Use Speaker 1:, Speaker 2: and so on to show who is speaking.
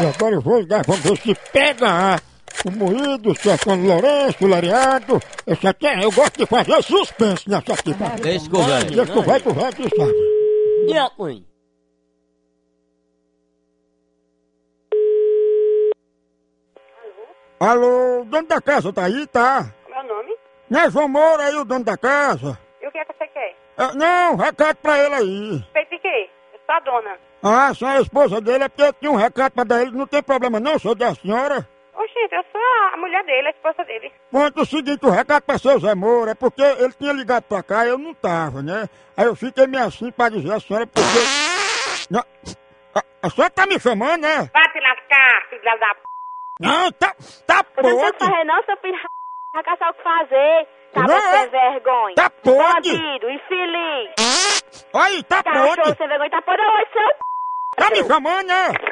Speaker 1: E agora eu vou ligar, vamos ver se pega o moído, o Sertão Lourenço, o Lariado. Esse aqui, é- eu gosto de fazer suspense nessa aqui. pra ver.
Speaker 2: Deixa É que eu venho.
Speaker 1: Deixa que o velho, o velho que sabe.
Speaker 3: Yeah, mãe.
Speaker 1: Alô, o dono da casa tá aí, tá?
Speaker 4: Meu nome?
Speaker 1: Não é João Moura aí, o dono da casa?
Speaker 4: E o que é que você quer?
Speaker 1: É, não, recado pra ele aí.
Speaker 4: Respeito de quê? Eu sou a dona.
Speaker 1: Ah, se é a esposa dele é porque eu tinha um recado pra dar ele, não tem problema não, sou da senhora.
Speaker 4: Oxente, eu sou a mulher dele, a esposa dele.
Speaker 1: Quanto o seguinte, o recado pra seu Zé Moura é porque ele tinha ligado pra cá e eu não tava, né? Aí eu fiquei meio assim pra dizer a senhora porque. Não, a, a senhora tá me chamando, né?
Speaker 4: Vai te lascar, filha da p.
Speaker 1: Não, tá. tá
Speaker 5: Você não tem o que
Speaker 1: podre!
Speaker 5: fazer não, seu filho. Vai caçar o que fazer.
Speaker 4: Tá,
Speaker 5: Cabra
Speaker 1: Não, é-
Speaker 5: sem vergonha.
Speaker 1: Tá podre!
Speaker 5: Bandido, infeliz.
Speaker 1: Aí, tá
Speaker 5: Cachorro
Speaker 1: podre!
Speaker 4: Tá,
Speaker 5: sem vergonha. Tá podre hoje, seu...
Speaker 1: Tá me chamando, né?